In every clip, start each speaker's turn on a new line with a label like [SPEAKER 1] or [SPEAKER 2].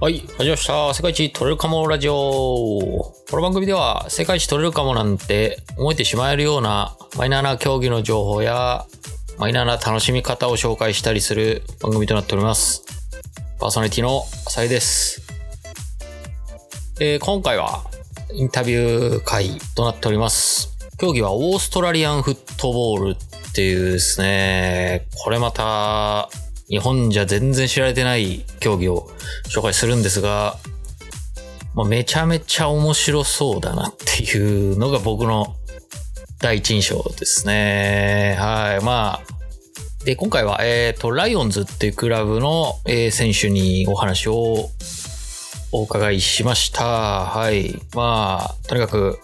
[SPEAKER 1] はい、始まりました。世界一取れるかもラジオ。この番組では、世界一取れるかもなんて思えてしまえるようなマイナーな競技の情報や、マイナーな楽しみ方を紹介したりする番組となっております。パーソナリティの浅井です。えー今回は、インタビュー会となっております。競技はオーストラリアンフットボールっていうですね、これまた、日本じゃ全然知られてない競技を紹介するんですが、まあ、めちゃめちゃ面白そうだなっていうのが僕の第一印象ですね。はい。まあ、で、今回は、えっ、と、ライオンズっていうクラブの、えー選手にお話をお伺いしました。はい。まあ、とにかく、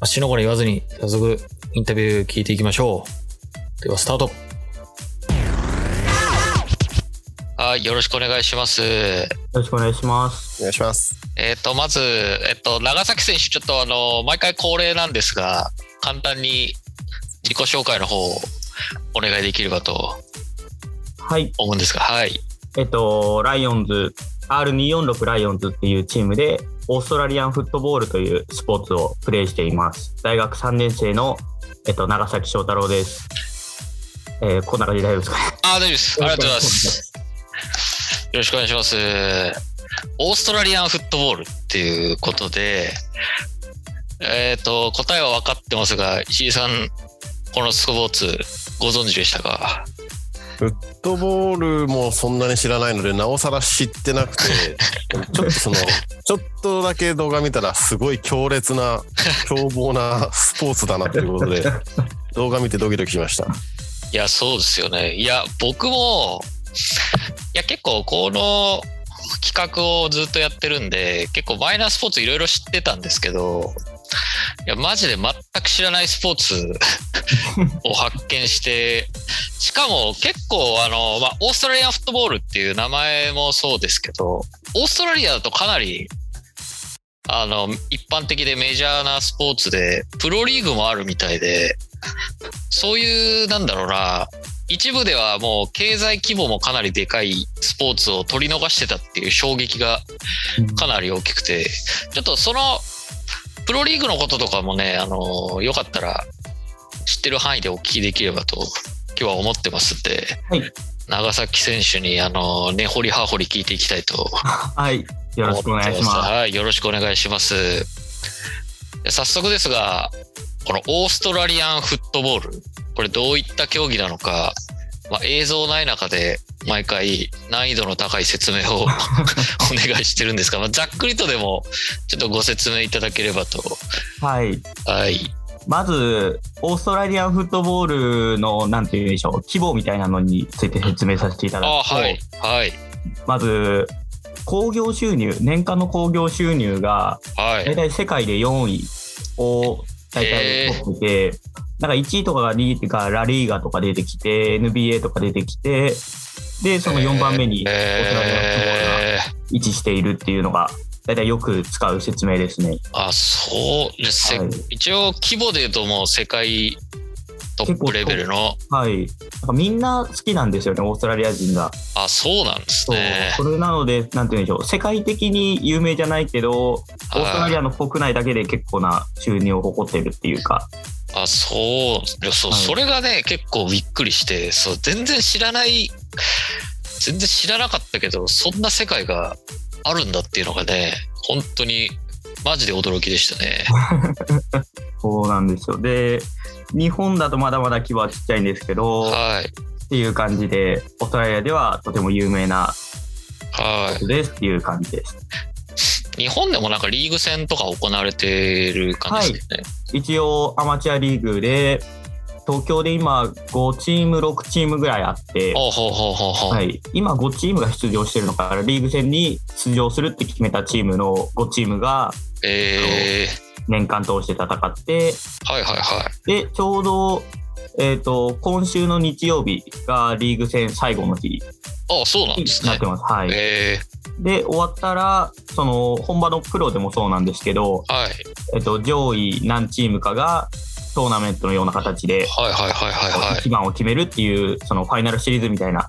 [SPEAKER 1] まあ死の子に言わずに、早速、インタビュー聞いていきましょう。では、スタート。はい、よろしくお願いします。
[SPEAKER 2] よろしくお願いします。
[SPEAKER 3] お願いします。
[SPEAKER 1] えっ、と、まず、えっ、と、長崎選手、ちょっとあの、毎回恒例なんですが、簡単に自己紹介の方をお願いできればと
[SPEAKER 2] はい。
[SPEAKER 1] 思うんですが、はい。
[SPEAKER 2] えっと、ライオンズ、R246 ライオンズっていうチームで、オーストラリアンフットボールというスポーツをプレイしています。大学3年生の、えっと、長崎翔太郎です。えー、こんな感じで大丈夫ですかね。
[SPEAKER 1] あー、大丈夫です。ありがとうございます。。よろしくお願いします。オーストラリアンフットボールっていうことで、えっ、と、答えは分かってますが、石井さん、このスポーツ、ご存知でしたか
[SPEAKER 3] フットボールもそんなに知らないので、なおさら知ってなくて、ちょっとその、ちょっとだけ動画見たら、すごい強烈な、凶暴なスポーツだなということで、動画見てドキドキしました。
[SPEAKER 1] いや、そうですよね。いや、僕も、いや、結構、この企画をずっとやってるんで、結構、マイナースポーツいろいろ知ってたんですけど、いや、マジで全く知らないスポーツ を発見して、しかも結構、あの、まあ、オーストラリアンフットボールっていう名前もそうですけど、オーストラリアだとかなり、あの、一般的でメジャーなスポーツで、プロリーグもあるみたいで、そういう、なんだろうな、一部ではもう経済規模もかなりでかいスポーツを取り逃してたっていう衝撃がかなり大きくて、ちょっとそのプロリーグのこととかもね、あの、よかったら知ってる範囲でお聞きできればと今日は思ってますんで、
[SPEAKER 2] はい
[SPEAKER 1] 長崎選手にあの、根掘り葉掘り聞いていきたいと
[SPEAKER 2] はい。よろしくお願いします。
[SPEAKER 1] はい、よろしくお願いします。で早速ですが、このオーストラリアンフットボール、これどういった競技なのか、まあ、映像ない中で毎回難易度の高い説明を お願いしてるんですが、まあ、ざっくりとでもちょっとご説明いただければと。
[SPEAKER 2] はい。
[SPEAKER 1] はい。
[SPEAKER 2] まず、オーストラリアンフットボールの、なんて言うんでしょう、規模みたいなのについて説明させていただ
[SPEAKER 1] あ、
[SPEAKER 2] くと、
[SPEAKER 1] はい。はい。
[SPEAKER 2] まず、興行収入、年間の興行収入が
[SPEAKER 1] は
[SPEAKER 2] 大
[SPEAKER 1] い。
[SPEAKER 2] 体世界で4位を大体取ってて、なんか1位とかがリーグかラリーガとか出てきて、NBA とか出てきて、で、その4番目にオーストラリアのフットボールが
[SPEAKER 1] え
[SPEAKER 2] 位置しているっていうのが、大体よく使う説明ですね。
[SPEAKER 1] ー、あ、そうです、せ
[SPEAKER 2] はい
[SPEAKER 1] 一応規模で言うともう世界トップレベルの、
[SPEAKER 2] はい。なんかみんな好きなんですよね、オーストラリア人が。
[SPEAKER 1] あ、そうなんです
[SPEAKER 2] そう。
[SPEAKER 1] ね。
[SPEAKER 2] それなので、なんて言うんでしょう、世界的に有名じゃないけど、オーストラリアの国内だけで結構な収入を誇ってるっていうか、
[SPEAKER 1] あそういやそう、
[SPEAKER 2] はい
[SPEAKER 1] それがね結構びっくりしてそう全然知らない全然知らなかったけどそんな世界があるんだっていうのがね本当にマジで驚きでしたね。
[SPEAKER 2] そうなんですよ。で、日本だとまだまだ規模はちっちゃいんですけど、
[SPEAKER 1] はい
[SPEAKER 2] っていう感じで、オーストラリアではとても有名な
[SPEAKER 1] は
[SPEAKER 2] 人ですっていう感じです。
[SPEAKER 1] い。日本でもなんかリーグ戦とか行われてる感じですね。
[SPEAKER 2] 一応アマチュアリーグで、東京で今5チーム、6チームぐらいあって、
[SPEAKER 1] ほうほうほうほうほう。
[SPEAKER 2] はい、今5チームが出場してるのかな、リーグ戦に出場するって決めたチームの5チームが
[SPEAKER 1] え
[SPEAKER 2] 年間通して戦って、
[SPEAKER 1] ー、はいはいはい。
[SPEAKER 2] で、ちょうど、えっ、と、今週の日曜日がリーグ戦最後の日
[SPEAKER 1] あそうなん
[SPEAKER 2] に
[SPEAKER 1] です
[SPEAKER 2] なっ
[SPEAKER 1] ね
[SPEAKER 2] て。ます。はい。
[SPEAKER 1] え
[SPEAKER 2] で終わったらその本場のプロでもそうなんですけど、
[SPEAKER 1] ー、はい
[SPEAKER 2] えっと、上位何チームかがトーナメントのような形で
[SPEAKER 1] はいはいはいはいはい。
[SPEAKER 2] 一番を決めるっていうそのファイナルシリーズみたいな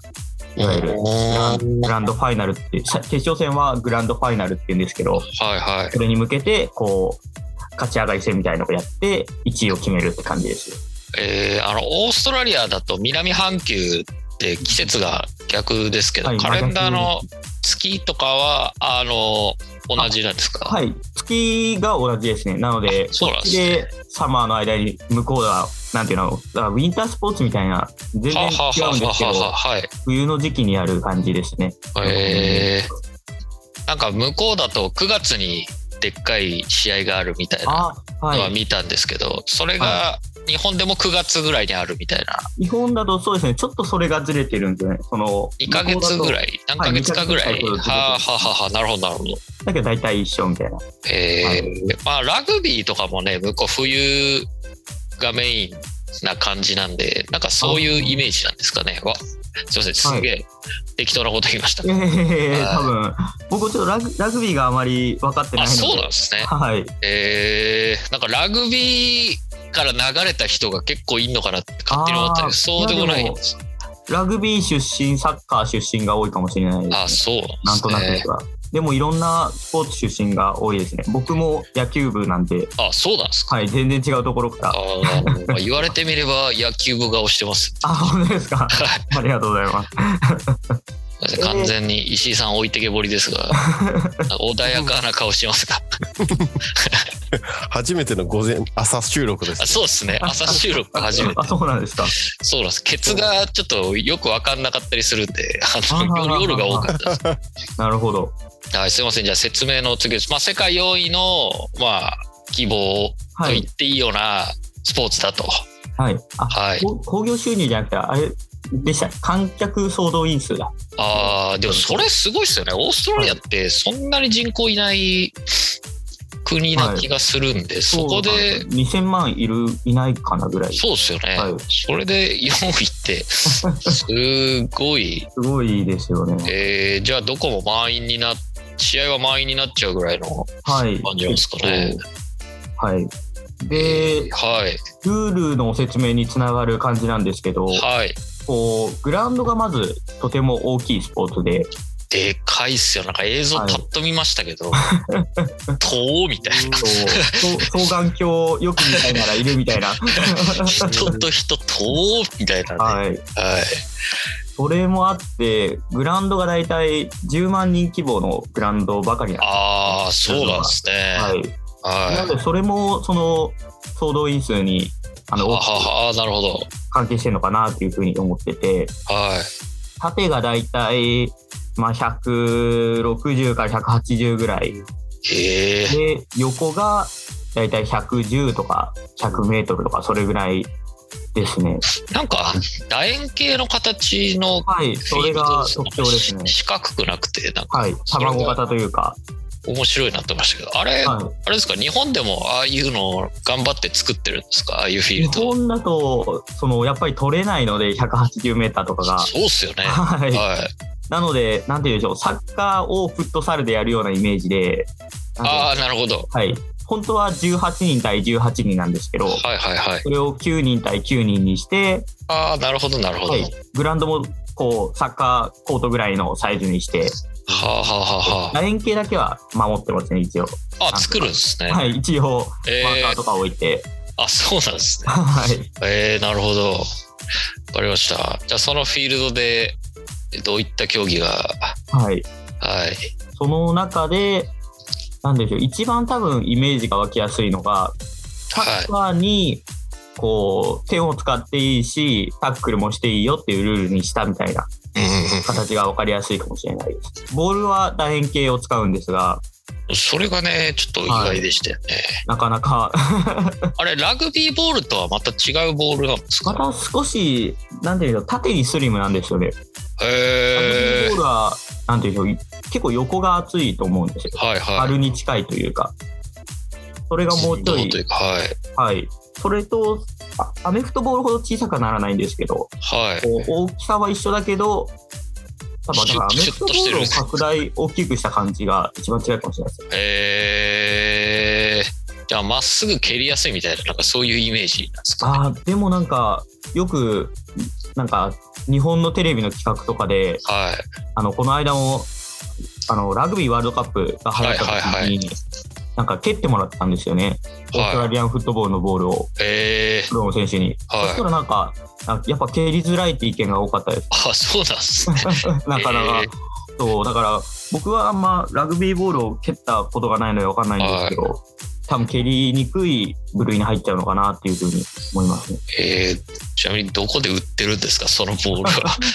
[SPEAKER 2] いわゆる
[SPEAKER 4] お
[SPEAKER 2] グラ
[SPEAKER 4] ー
[SPEAKER 2] ングランドファイナルってさ決勝戦はグランドファイナルって言うんですけど
[SPEAKER 1] はいはい。
[SPEAKER 2] それに向けてこう勝ち上がり戦みたいなのをやって1位を決めるって感じですよ
[SPEAKER 1] えーあの、オーストラリアだと南半球って季節が逆ですけど、
[SPEAKER 2] はい
[SPEAKER 1] カレンダーの月とかは、あの、同じなんですか
[SPEAKER 2] はい月が同じですねなので
[SPEAKER 1] あそうなんですね
[SPEAKER 2] でサマーの間に向こうはなんていうのだからウィンタースポーツみたいな全然違
[SPEAKER 1] は
[SPEAKER 2] う
[SPEAKER 1] あはあはあ
[SPEAKER 2] んで
[SPEAKER 1] は
[SPEAKER 2] すけ
[SPEAKER 1] あ
[SPEAKER 2] ど
[SPEAKER 1] はあはい。
[SPEAKER 2] 冬の時期にやる感じですね
[SPEAKER 1] えーなんか向こうだと9月にでっかい試合があるみたいな
[SPEAKER 2] あは
[SPEAKER 1] のはい見たんですけど、それが日本でも9月ぐらいにあるみたいな、
[SPEAKER 2] 日本だとそうですねちょっとそれがずれてるんですよねその
[SPEAKER 1] 2ヶ月ぐらい、何ヶ月かぐらい。
[SPEAKER 2] はい二ヶ月かかるってことですね
[SPEAKER 1] はあはあはあはあ、なるほどなるほど。
[SPEAKER 2] だけど大体一緒みたいな
[SPEAKER 1] えーまあラグビーとかもね向こう冬がメインな感じなんでなんかそういうイメージなんですかねわすいませんすげえ適当なこと言いました、
[SPEAKER 2] ええ
[SPEAKER 1] はい
[SPEAKER 2] 多分僕ちょっとラグラグビーがあまり分かってない
[SPEAKER 1] あ
[SPEAKER 2] ので
[SPEAKER 1] そうなんですね
[SPEAKER 2] はい
[SPEAKER 1] えー、なんかラグビーから流れた人が結構いんのかなって勝手に思ったけ
[SPEAKER 2] あー
[SPEAKER 1] どそうでもないんです
[SPEAKER 2] ラグビー出身サッカー出身が多いかもしれないです、ね、
[SPEAKER 1] あそう
[SPEAKER 2] な
[SPEAKER 1] なん
[SPEAKER 2] と
[SPEAKER 1] ん
[SPEAKER 2] なく
[SPEAKER 1] で
[SPEAKER 2] です
[SPEAKER 1] ね
[SPEAKER 2] すがでもいろんなスポーツ出身が多いですね僕も野球部なんで、
[SPEAKER 1] あそうなんですか
[SPEAKER 2] はい、全然違うところか
[SPEAKER 1] あ
[SPEAKER 2] ら
[SPEAKER 1] ー、まあ、言われてみれば野球部顔してます
[SPEAKER 2] あ本当ですか
[SPEAKER 1] はい
[SPEAKER 2] ありがとうございます
[SPEAKER 1] すいません完全に石井さん置いてけぼりです がなんか穏やかな顔してますが
[SPEAKER 3] 初めての午前朝収録です
[SPEAKER 1] あそうですね朝収録初めて
[SPEAKER 2] あそうなんですか
[SPEAKER 1] そうなんです。ケツがちょっとよく分かんなかったりするんで、あ
[SPEAKER 2] あー
[SPEAKER 1] の夜夜が多かったで
[SPEAKER 2] なるほど
[SPEAKER 1] す。はい、すいません。じゃあ説明の次です。まあ、世界4位の、まあ、希望と
[SPEAKER 2] は
[SPEAKER 1] 言
[SPEAKER 2] い
[SPEAKER 1] っていいようなスポーツだと。
[SPEAKER 2] はいあ、
[SPEAKER 1] はい。
[SPEAKER 2] こ興行収入じゃなくてあれでした観客総動員数だ
[SPEAKER 1] ああ、でもそれすごいですよね。オーストラリアってそんなに人口いない国な気がするんで、そこで、
[SPEAKER 2] 2000万いるいないかなぐらいす
[SPEAKER 1] そうですよね、
[SPEAKER 2] はい
[SPEAKER 1] それで4位って、すごい
[SPEAKER 2] ごいですよね
[SPEAKER 1] えーじゃあどこも満員になっ試合は満員になっちゃうぐらいの
[SPEAKER 2] はい
[SPEAKER 1] 感じなんですかね。
[SPEAKER 2] はいで
[SPEAKER 1] はい
[SPEAKER 2] ルールの説明につながる感じなんですけど
[SPEAKER 1] はい。
[SPEAKER 2] こうグラウンドがまずとても大きいスポーツで
[SPEAKER 1] でかいっすよ。なんか映像
[SPEAKER 2] はい
[SPEAKER 1] パッと見ましたけ ど、遠みたいな。
[SPEAKER 2] こう そう双眼鏡をよく見たいならいるみたいな
[SPEAKER 1] 人と人遠みたいなね。は
[SPEAKER 2] はい
[SPEAKER 1] い。
[SPEAKER 2] それもあってグラウンドが大体10万人規模のグラウンドばかりなんで
[SPEAKER 1] ああ、そうなんですね。
[SPEAKER 2] す、はい、な
[SPEAKER 1] はい。
[SPEAKER 2] のでそれもその総動員数にあ
[SPEAKER 1] あ
[SPEAKER 2] の大きく
[SPEAKER 1] ははなるほど。
[SPEAKER 2] 関係してるのかなっていうふうに思ってて
[SPEAKER 1] はい。
[SPEAKER 2] 縦が大体、まあ、160から180ぐらい
[SPEAKER 1] へえ。
[SPEAKER 2] で横が大体110とか100メートルとかそれぐらいですね
[SPEAKER 1] なんか、楕円形の形の
[SPEAKER 2] はいそれが特徴ですね
[SPEAKER 1] 四角くなくて、なんか
[SPEAKER 2] はい卵型というか、
[SPEAKER 1] 面白いなって思いましたけど、あれ、
[SPEAKER 2] は
[SPEAKER 1] あれですか、日本でもああいうのを頑張って作ってるんですか、ああいうフィー
[SPEAKER 2] い、日
[SPEAKER 1] ルド。
[SPEAKER 2] 本だとそのやっぱり取れないので180メーターとかが
[SPEAKER 1] そうっすよね。は
[SPEAKER 2] はい
[SPEAKER 1] い。
[SPEAKER 2] なのでなんて言うんでしょうサッカーをフットサルでやるようなイメージで
[SPEAKER 1] あ
[SPEAKER 2] なんて
[SPEAKER 1] あ、なるほど。
[SPEAKER 2] はい本当は18人対18人なんですけど
[SPEAKER 1] はいはいはい。
[SPEAKER 2] それを9人対9人にして、
[SPEAKER 1] ああ、なるほどなるほど。
[SPEAKER 2] は
[SPEAKER 1] はい
[SPEAKER 2] い、グラウンドもこうサッカーコートぐらいのサイズにして
[SPEAKER 1] はあ、はあはあは
[SPEAKER 2] 楕円形だけは守ってますね一応
[SPEAKER 1] あ、あ、作るんですね。
[SPEAKER 2] はい、一応、
[SPEAKER 1] え
[SPEAKER 2] マーカー
[SPEAKER 1] ー
[SPEAKER 2] とか置いて、
[SPEAKER 1] あ、そうなんですね。
[SPEAKER 2] はい、
[SPEAKER 1] えー、なるほど。わかりました。じゃあ、そのフィールドで、どういった競技が、
[SPEAKER 2] はい。
[SPEAKER 1] はい。
[SPEAKER 2] その中で、なんでしょう、一番多分イメージが湧きやすいのが、サッカーに、こう、手を使っていいし、タックルもしていいよっていうルールにしたみたいな
[SPEAKER 1] うんうん
[SPEAKER 2] 形が分かりやすいかもしれないです。ボールは楕円形を使うんですが、
[SPEAKER 1] うん。それがね、ちょっと意外でしたよね。
[SPEAKER 2] なか なか、
[SPEAKER 1] あれ、ラグビーボールとはまた違うボールなんです
[SPEAKER 2] ま
[SPEAKER 1] か
[SPEAKER 2] た少し、なんていうの、縦にスリムなんですよね。
[SPEAKER 1] へえ
[SPEAKER 2] ボールは、なんていうんでしょう、結構横が厚いと思うんですよ。
[SPEAKER 1] ー。はいはい。
[SPEAKER 2] 丸に近いというか、それがもうちょ
[SPEAKER 1] ど
[SPEAKER 2] い、
[SPEAKER 1] というか、はい。
[SPEAKER 2] はい、それとあアメフトボールほど小さくはならないんですけど、
[SPEAKER 1] はい。
[SPEAKER 2] こう大きさは一緒だけど、多分だからア メ
[SPEAKER 1] シュッ
[SPEAKER 2] フトボールを拡大、大きくした感じが一番違うかもしれないです。
[SPEAKER 1] えー。じゃあ、まっすぐ蹴りやすいみたいな、なんかそういうイメージなんですかね。
[SPEAKER 2] あーでもなんか、よく、なんか、日本のテレビの企画とかで、
[SPEAKER 1] はい。
[SPEAKER 2] あのこの間もあのラグビーワールドカップが流行った時に、
[SPEAKER 1] はいはい
[SPEAKER 2] なんか蹴ってもらったんですよね、オーストラ
[SPEAKER 1] はい。
[SPEAKER 2] リアンフットボールのボールを
[SPEAKER 1] えー
[SPEAKER 2] プロの選手に。そ
[SPEAKER 1] は
[SPEAKER 2] した
[SPEAKER 1] い。
[SPEAKER 2] らなんか、あやっぱ蹴りづらいって意見が多かったです。
[SPEAKER 1] あ、そうなんですね。
[SPEAKER 2] なかなか、
[SPEAKER 1] えー
[SPEAKER 2] そうだから僕はあんまラグビーボールを蹴ったことがないのでわかんないんですけど、多分蹴りにくい部類に入っちゃうのかなっていうふうに思いますね。
[SPEAKER 1] えーちなみにどこで売ってるんですか、そのボールは。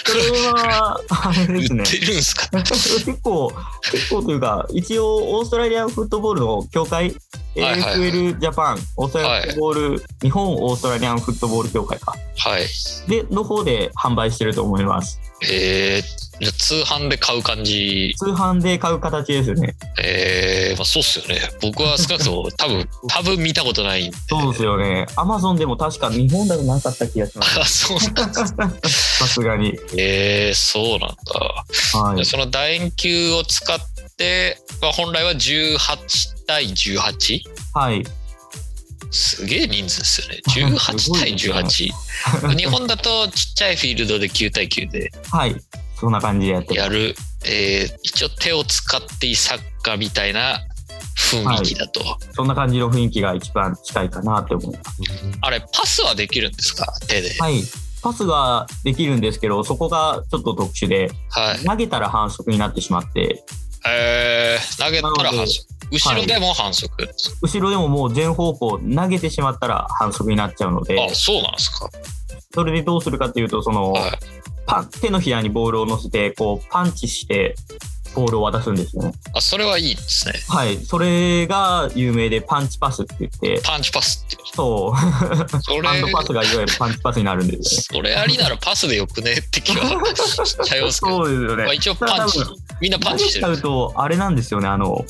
[SPEAKER 2] それはあれです
[SPEAKER 1] 売
[SPEAKER 2] ね
[SPEAKER 1] っ。てるんですか。
[SPEAKER 2] 結構、結構というか、一応、オーストラリアンフットボールの協
[SPEAKER 1] は
[SPEAKER 2] 会、
[SPEAKER 1] いはいはい
[SPEAKER 2] AFL ジャパン、オーストラリアンフットボール、日本オーストラリアンフットボール協会か、
[SPEAKER 1] はい。
[SPEAKER 2] で、の方で販売してると思います。
[SPEAKER 1] えーじゃあ通販で買う感じ。
[SPEAKER 2] 通販で買う形ですよね。
[SPEAKER 1] えーまあそうっすよね。僕は少なくとも多 分、多分見たことないんで。
[SPEAKER 2] そうですよね。アマゾンでも確か日本だとなかった気がします。
[SPEAKER 1] あ、そうなんだ。
[SPEAKER 2] さすがに。
[SPEAKER 1] えーそうなんだ。
[SPEAKER 2] はい。
[SPEAKER 1] その楕円球を使って、まあ、本来は18対 18?
[SPEAKER 2] はい。
[SPEAKER 1] すげえ人数ですよね。18対18。日 本だとちっちゃいフィールドで9対9で
[SPEAKER 2] はい。そんな感じでやって
[SPEAKER 1] やる、えー一応手を使っていいサッカーみたいな雰囲気だと。
[SPEAKER 2] そんな感じの雰囲気が一番近いかなって思います。
[SPEAKER 1] あれ、パスはできるんですか手で。
[SPEAKER 2] はい。パスができるんですけど、そこがちょっと特殊で、
[SPEAKER 1] はい。
[SPEAKER 2] 投げたら反則になってしまって、
[SPEAKER 1] えー投げたら反則。後
[SPEAKER 2] ので
[SPEAKER 1] ろでも反則。
[SPEAKER 2] 後ろでももう全方向投げてしまったら反則になっちゃうので、
[SPEAKER 1] あ、そうなんですか。
[SPEAKER 2] それでどうするかっていうと、その、
[SPEAKER 1] はい。
[SPEAKER 2] パン手のひらにボールを乗せて、こう、パンチして、ボールを渡すんですよね。
[SPEAKER 1] あ、それはいいですね。
[SPEAKER 2] はい。それが有名で、パンチパスって言って、
[SPEAKER 1] パンチパス って。
[SPEAKER 2] そう、
[SPEAKER 1] それ
[SPEAKER 2] ハンドパスがいわゆるパンチパスになるんですよ
[SPEAKER 1] そ
[SPEAKER 2] ね。
[SPEAKER 1] れありならパスでよくねって気はしちゃいますけど、
[SPEAKER 2] そうですよね
[SPEAKER 1] まあ、。一応パンチ
[SPEAKER 2] それは多
[SPEAKER 1] みんなパンチして
[SPEAKER 2] 投げ
[SPEAKER 1] る
[SPEAKER 2] ちゃうと、あれなんですよね、あの、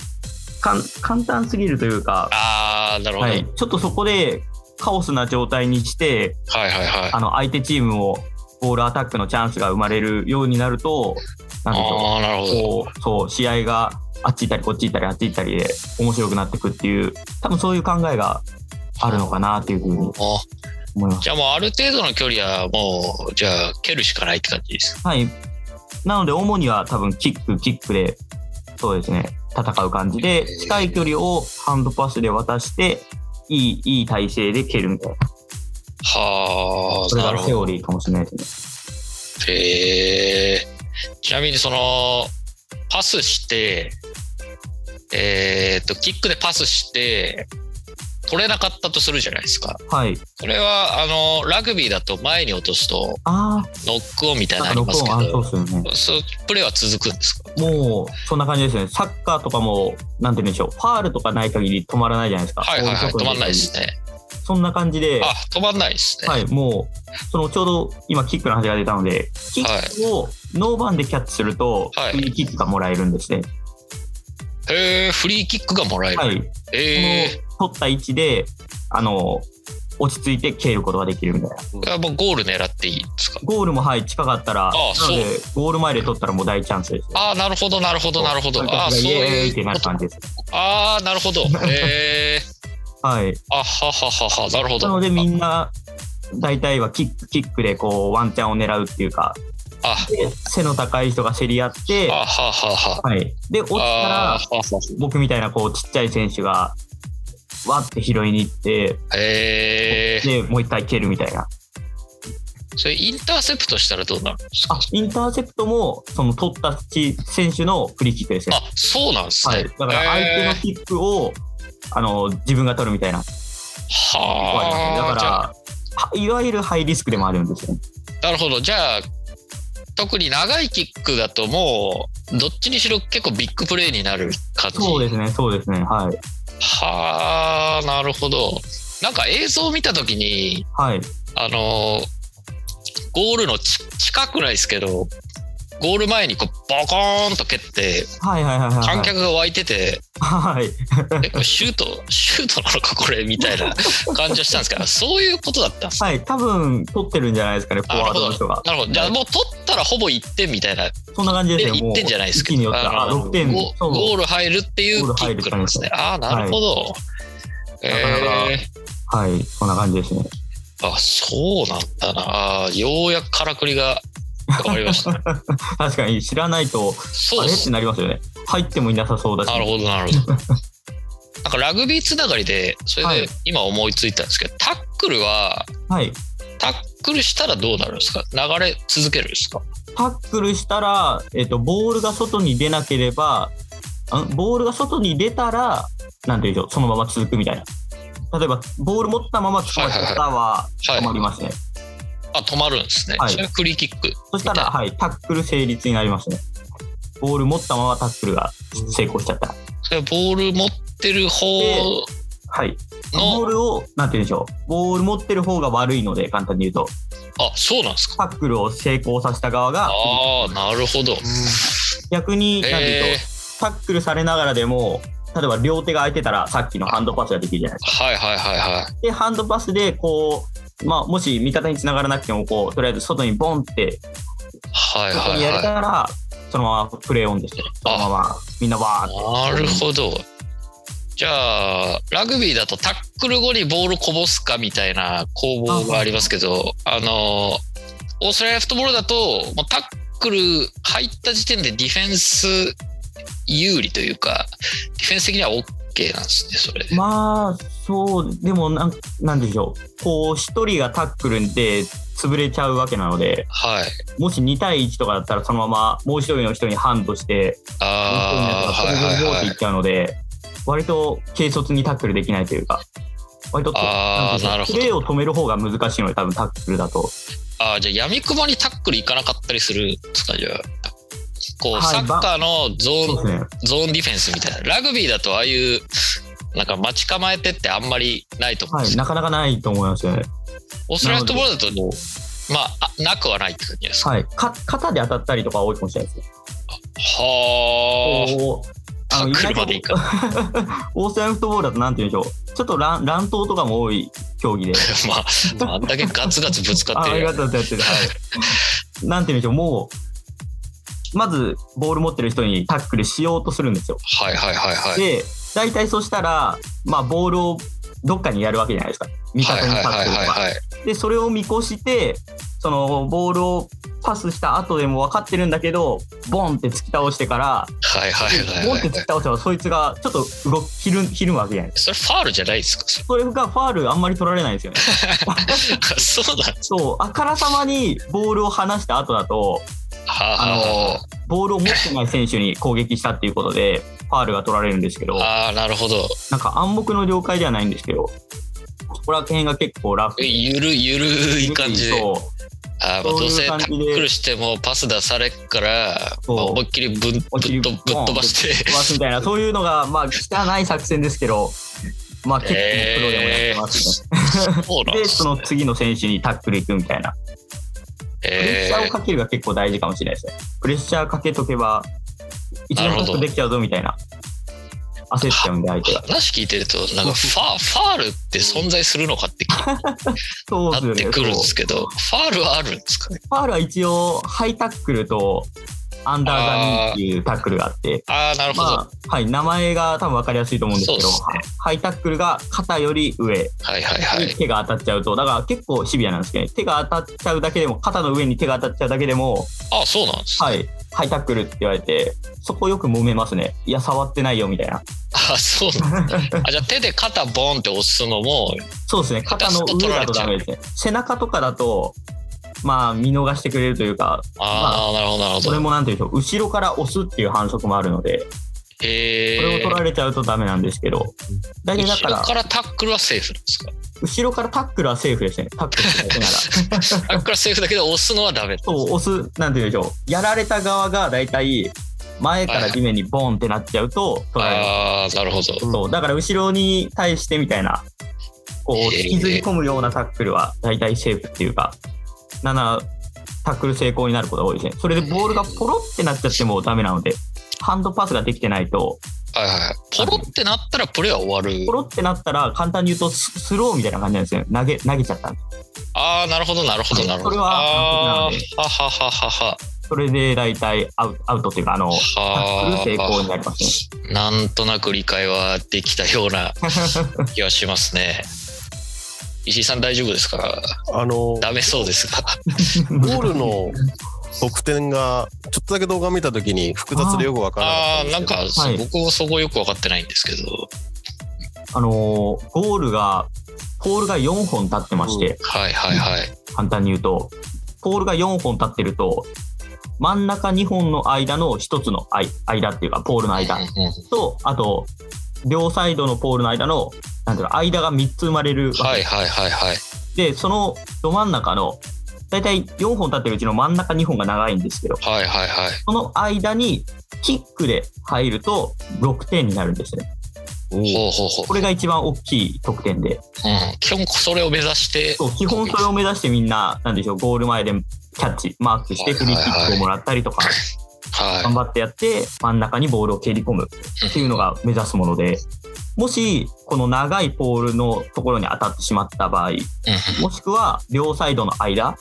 [SPEAKER 2] かん簡単すぎるというか、
[SPEAKER 1] ああなるほど、
[SPEAKER 2] は
[SPEAKER 1] はい
[SPEAKER 2] い、、ちょっとそこでカオスな状態にして、
[SPEAKER 1] はいはい
[SPEAKER 2] あの相手チームもボールアタックのチャンスが生まれるようになると、なんでしょ
[SPEAKER 1] ああなるほ
[SPEAKER 2] う、
[SPEAKER 1] ど
[SPEAKER 2] こうそう試合があっち行ったり、こっち行ったり、あっち行ったりで面白くなっていくっていう、多分そういう考えがあるのかなっていうふうに
[SPEAKER 1] あ
[SPEAKER 2] 思います。
[SPEAKER 1] じゃあもうある程度の距離はもうじゃあ蹴るしかないって感じです
[SPEAKER 2] はい、なので、主には多分キック、キックで、そうですね、戦う感じで、近い距離をハンドパスで渡して、いいいい体勢で蹴るみたいな、
[SPEAKER 1] はあ
[SPEAKER 2] それ
[SPEAKER 1] なる
[SPEAKER 2] がセオ
[SPEAKER 1] ほど
[SPEAKER 2] リーかもしれないですね。
[SPEAKER 1] へえちなみにそのパスしてえーっとキックでパスして取れなかったとするじゃないですか
[SPEAKER 2] はい、
[SPEAKER 1] それはあのラグビーだと前に落とすと
[SPEAKER 2] あー
[SPEAKER 1] ノックオンみたいなの
[SPEAKER 2] な
[SPEAKER 1] あ
[SPEAKER 2] んか
[SPEAKER 1] りますけ
[SPEAKER 2] 録音あ
[SPEAKER 1] ど
[SPEAKER 2] そうっすよね。
[SPEAKER 1] そうプレーは続くんですか
[SPEAKER 2] もう、そんな感じですね。サッカーとかも、なんて言うんでしょう、ファールとかない限り止まらないじゃないですか。
[SPEAKER 1] はいはいはい
[SPEAKER 2] ボー
[SPEAKER 1] 止
[SPEAKER 2] ル
[SPEAKER 1] ま
[SPEAKER 2] 処
[SPEAKER 1] ん
[SPEAKER 2] 理
[SPEAKER 1] ないですね
[SPEAKER 2] そんな感じで、
[SPEAKER 1] あ止まんないですね、
[SPEAKER 2] はい、もう、そのちょうど今、キックの話が出たので、キックをノーバンでキャッチすると、
[SPEAKER 1] はい
[SPEAKER 2] フリーキックがもらえるんですね。
[SPEAKER 1] へえフリーキックがもらえる、
[SPEAKER 2] はい。
[SPEAKER 1] ええ
[SPEAKER 2] その取った位置で、あの、落ち着いて蹴ることができるみたいな。
[SPEAKER 1] これはもうゴール狙っていいんですか
[SPEAKER 2] ゴールも、はい、近かったら、
[SPEAKER 1] あ
[SPEAKER 2] なので、ゴール前で取ったらもう大チャンスですね。
[SPEAKER 1] ああなるほどなるほどなるほど
[SPEAKER 2] 観客が
[SPEAKER 1] ああそう
[SPEAKER 2] イエーイ
[SPEAKER 1] い
[SPEAKER 2] って
[SPEAKER 1] う
[SPEAKER 2] な
[SPEAKER 1] こ
[SPEAKER 2] る
[SPEAKER 1] と
[SPEAKER 2] 感じです。
[SPEAKER 1] ああなる ほどへえ
[SPEAKER 2] はい。
[SPEAKER 1] あははははなるほど
[SPEAKER 2] なのでみんな大体はキックキックでこうワンチャンを狙うっていうか
[SPEAKER 1] あ
[SPEAKER 2] で背の高い人が競り合って、
[SPEAKER 1] あははは
[SPEAKER 2] はい、で落ちた
[SPEAKER 1] あ
[SPEAKER 2] ら
[SPEAKER 1] ーはは
[SPEAKER 2] 僕みたいなこうちっちゃい選手がわって拾いに行って
[SPEAKER 1] へえ
[SPEAKER 2] でもう一回蹴るみたいな
[SPEAKER 1] それインターセプトしたらどうなるんですか
[SPEAKER 2] あインターセプトもその取ったち選手のフリーキックですね、
[SPEAKER 1] あそうなんですね、
[SPEAKER 2] はい、だから相手の
[SPEAKER 1] へ
[SPEAKER 2] キックをあの自分が取るみたいな
[SPEAKER 1] ー
[SPEAKER 2] だ
[SPEAKER 1] はあ
[SPEAKER 2] からはいわゆるハイリスクでもあるんですよね
[SPEAKER 1] なるほど。じゃあ、特に長いキックだともう、どっちにしろ結構ビッグプレーになる感じ。
[SPEAKER 2] そうですねそうですねはい
[SPEAKER 1] はあ、なるほど。なんか映像を見たときに、
[SPEAKER 2] はい
[SPEAKER 1] あのーゴールのち近くないですけど、ゴール前にこうボコーンと蹴って、
[SPEAKER 2] はいはいはいはいはい
[SPEAKER 1] 観客が湧いてて、
[SPEAKER 2] はい
[SPEAKER 1] えこれシュート、シュートなのか、これみたいな感じはしたんですけど、そういうことだったんですね
[SPEAKER 2] はい、多分取ってるんじゃないですかね、フォワードの人が。
[SPEAKER 1] なるほど。じゃあ、もう取ったらほぼ1点みたいな
[SPEAKER 2] そんな感じです
[SPEAKER 1] で
[SPEAKER 2] よ、
[SPEAKER 1] 1点じゃないですけ
[SPEAKER 2] 一気に
[SPEAKER 1] ど、
[SPEAKER 2] よっては
[SPEAKER 1] あの
[SPEAKER 2] あ6点
[SPEAKER 1] ゴ
[SPEAKER 2] そう
[SPEAKER 1] ゴール入るってい
[SPEAKER 2] ゴー
[SPEAKER 1] う
[SPEAKER 2] ル
[SPEAKER 1] キ
[SPEAKER 2] 入
[SPEAKER 1] ッ
[SPEAKER 2] る
[SPEAKER 1] クなんですね。ああ、
[SPEAKER 2] 感じ
[SPEAKER 1] なるほど。え
[SPEAKER 2] はい、そんな感じですね。
[SPEAKER 1] ーあそうなんだな。あーようやくからくりがわかりま した。
[SPEAKER 2] 確かに知らないと、あ
[SPEAKER 1] そう
[SPEAKER 2] れ
[SPEAKER 1] で
[SPEAKER 2] って
[SPEAKER 1] す。
[SPEAKER 2] なりますよね。入ってもいなさそうだし。
[SPEAKER 1] なるほど、なるほど。なんかラグビーつながりで、それ
[SPEAKER 2] はい
[SPEAKER 1] で今思いついたんですけど、タックルは、
[SPEAKER 2] はい。
[SPEAKER 1] タックルしたらどうなるんですか流れ続けるんですか
[SPEAKER 2] タックルしたら、えっと、ボールが外に出なければ、んボールが外に出たら、なんていうんでしょう、そのまま続くみたいな。例えば、ボール持ったまま捕まっちゃったは
[SPEAKER 1] はい
[SPEAKER 2] 止まりますね。
[SPEAKER 1] あ、止まるんですね。
[SPEAKER 2] はい
[SPEAKER 1] じゃあフリーキック。
[SPEAKER 2] そしたら、はい、タックル成立になりますね。ボール持ったままタックルが成功しちゃったら。
[SPEAKER 1] それボール持ってる方
[SPEAKER 2] はい。ボー
[SPEAKER 1] の、
[SPEAKER 2] ルを、なんていうんでしょう、ボール持ってる方が悪いので、簡単に言うと、
[SPEAKER 1] あ、そうなんですか。
[SPEAKER 2] タックルを成功させた側が、
[SPEAKER 1] ああ、なるほど。
[SPEAKER 2] 逆に、なんていうと
[SPEAKER 1] え
[SPEAKER 2] タックルされながらでも、例えば両手が空いてたら、さっきのハンドパスができるじゃないですか。
[SPEAKER 1] ー、はいはいはいはい。
[SPEAKER 2] で、ハンドパスで、こう、まあ、もし味方につながらなくても、こう、とりあえず外にボンって、
[SPEAKER 1] はい
[SPEAKER 2] 外にやれ
[SPEAKER 1] はいは
[SPEAKER 2] たら、そのままプレーオンですよ。そのまま、みんなバーって。
[SPEAKER 1] い。なるほど。じゃあ、ラグビーだとタックル後にボールこぼすかみたいな攻防がありますけど、あの、オーストラリアフットボールだと、もうタックル入った時点でディフェンス有利というか、ディフェンス的には OK なんですね、それ。
[SPEAKER 2] まあ、そう、でもなん、なんでしょう。こう、一人がタックルで潰れちゃうわけなので、
[SPEAKER 1] はい。
[SPEAKER 2] もし2対1とかだったら、そのままもう一人の人にハンドして、もう一人のやつが
[SPEAKER 1] ああ、はい
[SPEAKER 2] ボンボンボンっ
[SPEAKER 1] はい
[SPEAKER 2] てい
[SPEAKER 1] は
[SPEAKER 2] っ
[SPEAKER 1] い。
[SPEAKER 2] ちゃうので、割と軽率にタックルできないというか、割とと
[SPEAKER 1] あー
[SPEAKER 2] なんていう
[SPEAKER 1] なる
[SPEAKER 2] んですかプレーを止める方が難しいので、多分タックルだと。
[SPEAKER 1] ああ、じゃあ、闇雲にタックル行かなかったりするんですか、じゃあ。こう、
[SPEAKER 2] はい
[SPEAKER 1] サッカーのゾーン
[SPEAKER 2] そうですね。
[SPEAKER 1] ゾーンディフェンスみたいな。ラグビーだとああいう、なんか待ち構えてってあんまりないと思うん
[SPEAKER 2] は
[SPEAKER 1] です
[SPEAKER 2] い、
[SPEAKER 1] よ。
[SPEAKER 2] なかなかないと思いますよね。
[SPEAKER 1] オーストラリアフットボールだと、まああ、なくはないって感じですか。
[SPEAKER 2] はい、か肩で当たったりとかは多いかもしれないです。
[SPEAKER 1] はあ、
[SPEAKER 2] こう
[SPEAKER 1] タ
[SPEAKER 2] あの
[SPEAKER 1] ックルまでいかない。
[SPEAKER 2] オーストラリアフットボールだとなんて言うんでしょう。ちょっと乱乱闘とかも多い競 技で。
[SPEAKER 1] まあ、まああんだけガツガツぶつかっ
[SPEAKER 2] あ
[SPEAKER 1] て
[SPEAKER 2] あ
[SPEAKER 1] る
[SPEAKER 2] り
[SPEAKER 1] よ
[SPEAKER 2] がとうってやって る。はい。なんて言うんでしょう。もう、まずボール持ってる人にタックルしようとするんですよ。
[SPEAKER 1] はいはいはいはい。
[SPEAKER 2] で、大体そしたら、まあ、ボールをどっかにやるわけじゃないですか。味
[SPEAKER 1] はい
[SPEAKER 2] 方に
[SPEAKER 1] はい
[SPEAKER 2] パ
[SPEAKER 1] は
[SPEAKER 2] ス
[SPEAKER 1] い
[SPEAKER 2] と
[SPEAKER 1] はい
[SPEAKER 2] か。
[SPEAKER 1] はい。
[SPEAKER 2] で、それを見越して、そのボールをパスした後でも分かってるんだけど、ボンって突き倒してから、
[SPEAKER 1] はいはいはい
[SPEAKER 2] ボ
[SPEAKER 1] は
[SPEAKER 2] ンって突き
[SPEAKER 1] い。
[SPEAKER 2] 倒したら、そいつがちょっと動き、ひるんひるむわけじゃないですか。
[SPEAKER 1] それファールじゃないですか。そ
[SPEAKER 2] それがファールあんまり取られないん ですよね。
[SPEAKER 1] れそうなんです。
[SPEAKER 2] そう、あからさまにボールを離した後だと、
[SPEAKER 1] はあ、
[SPEAKER 2] あの、ボールを持ってない選手に攻撃したっていうことで、ファールが取られるんですけど。
[SPEAKER 1] ああー、なるほど。
[SPEAKER 2] なんか暗黙の了解ではないんですけど、ここら辺が結構ラフ。
[SPEAKER 1] ゆるゆるい感じで。
[SPEAKER 2] そう
[SPEAKER 1] あーまあ
[SPEAKER 2] そ
[SPEAKER 1] ど
[SPEAKER 2] ういう
[SPEAKER 1] うせタ
[SPEAKER 2] 感じで
[SPEAKER 1] ックルしてもパス出されっから
[SPEAKER 2] そう
[SPEAKER 1] まあ思いっきりぶんぶっ
[SPEAKER 2] 思いっきり
[SPEAKER 1] とぶっ
[SPEAKER 2] ボン
[SPEAKER 1] 飛ばして
[SPEAKER 2] 飛ばすみたいな、そういうのが、まあ、汚い作戦ですけど、まあ、結構 プロでもやってますね。
[SPEAKER 1] そうなんで
[SPEAKER 2] で、
[SPEAKER 1] す
[SPEAKER 2] その次の選手にタックル行くみたいな。プレッ
[SPEAKER 1] え
[SPEAKER 2] シャーを
[SPEAKER 1] ー
[SPEAKER 2] かけるが結構大事かもしれないですね。プレッシャーかけとけば、一
[SPEAKER 1] なる
[SPEAKER 2] 連
[SPEAKER 1] ほど
[SPEAKER 2] タックルできちゃうぞみたいな。焦っちゃうんで、相手が。
[SPEAKER 1] 話聞いてるとなんかファファールって存在するのかって気に
[SPEAKER 2] そう
[SPEAKER 1] なっ
[SPEAKER 2] で
[SPEAKER 1] て
[SPEAKER 2] す
[SPEAKER 1] く
[SPEAKER 2] よ
[SPEAKER 1] るん
[SPEAKER 2] ね。
[SPEAKER 1] で
[SPEAKER 2] そう
[SPEAKER 1] すけどファールはあるんですかね
[SPEAKER 2] ファールは一応、ハイタックルとアンダーガンっていうタックルがあって、
[SPEAKER 1] ああなるほど、
[SPEAKER 2] まあ、はい、名前が多分分かりやすいと思うんですけど、
[SPEAKER 1] そうっすね
[SPEAKER 2] ハイタックルが肩より上
[SPEAKER 1] はいはいは
[SPEAKER 2] に
[SPEAKER 1] い
[SPEAKER 2] 手が当たっちゃうと、だから結構シビアなんですけどね、手が当たっちゃうだけでも、肩の上に手が当たっちゃうだけでも、
[SPEAKER 1] ああそうなんですね、
[SPEAKER 2] はい、ハイタックルって言われて、そこよく揉めますね。いや、触ってないよみたいな。
[SPEAKER 1] ああそうなんですねあじゃあ手で肩ボンって押すのも
[SPEAKER 2] そうですね、肩の上だとダメですね。背中とかだと、まあ、見逃してくれるというか、
[SPEAKER 1] ああ、なるほどなるほ
[SPEAKER 2] それ
[SPEAKER 1] ど
[SPEAKER 2] もなんていうんでしょう、後ろから押すっていう反則もあるので、
[SPEAKER 1] へ
[SPEAKER 2] それを取
[SPEAKER 1] え
[SPEAKER 2] られちゃうとダメなんですけど、大体だ
[SPEAKER 1] 後
[SPEAKER 2] か
[SPEAKER 1] ろ
[SPEAKER 2] ら、
[SPEAKER 1] からタックルはセーフなんですか
[SPEAKER 2] 後ろからタックルはセーフですね、タックルして ないなら。
[SPEAKER 1] タックルはセーフだけど押すのはダメ
[SPEAKER 2] そう、押す、なんて言うんでしょう。やられた側が大体、前から地面にボーンってなっちゃうと、取られる。
[SPEAKER 1] ああなるほど
[SPEAKER 2] そう、だから後ろに対してみたいな、こう、
[SPEAKER 1] えー
[SPEAKER 2] 引きずり込むようなタックルは大体セーフっていうか、なんならタックル成功になることが多いですね。それでボールがポロってなっちゃってもダメなので、ハンドパスができてないと、
[SPEAKER 1] はいはい。ポロってなったらプレーは終わる
[SPEAKER 2] ポ。ロってなったら簡単に言うとススローみたいな感じなんですよね。投げ、投げちゃったんで。
[SPEAKER 1] ああ、なるほど、なるほど、なるほど。
[SPEAKER 2] それは
[SPEAKER 1] ああ
[SPEAKER 2] 完璧
[SPEAKER 1] ー、ははははは。
[SPEAKER 2] それで大体アウアウトっていうか、あの、タックル成功にな
[SPEAKER 1] は
[SPEAKER 2] りますね。
[SPEAKER 1] あ。なんとなく理解はできたよう な気はしますね。石井さん大丈夫ですか
[SPEAKER 3] あの、
[SPEAKER 1] ダメそうですが。
[SPEAKER 3] ゴールの得点が、ちょっとだけ動画見たときに複雑でよくわからなか
[SPEAKER 1] ああ、なん
[SPEAKER 3] った
[SPEAKER 1] ん
[SPEAKER 3] ですけ
[SPEAKER 1] か、
[SPEAKER 3] ど。
[SPEAKER 2] はい
[SPEAKER 1] 僕もそこよく分かってないんですけど、
[SPEAKER 2] あのーゴールが、ポールが4本立ってまして、
[SPEAKER 1] はいはいはい。
[SPEAKER 2] 簡単に言うと、ポールが4本立ってると、真ん中2本の間の1つの間間っていうか、ポールの間
[SPEAKER 1] うんうん
[SPEAKER 2] と、あと、両サイドのポールの間の、なんていうの、間が3つ生まれるわけです
[SPEAKER 1] はいはいはいはい。
[SPEAKER 2] で、そのど真ん中の、だいたい4本立ってるうちの真ん中2本が長いんですけど、
[SPEAKER 1] はいはいはい。
[SPEAKER 2] その間にキックで入ると6点になるんですね。
[SPEAKER 1] ほうほうほう。
[SPEAKER 2] これが一番大きい得点で、
[SPEAKER 1] うん、基本それを目指して。
[SPEAKER 2] そう基本それを目指してみんな、なんでしょう、ゴール前でキャッチ、マークして、フリーキックをもらったりとか、頑
[SPEAKER 1] は
[SPEAKER 2] 張ってやって、真ん中にボールを蹴り込むっていうのが目指すもので、もし、この長いポールのところに当たってしまった場合、
[SPEAKER 1] い。うん
[SPEAKER 2] もしくは両サイドの間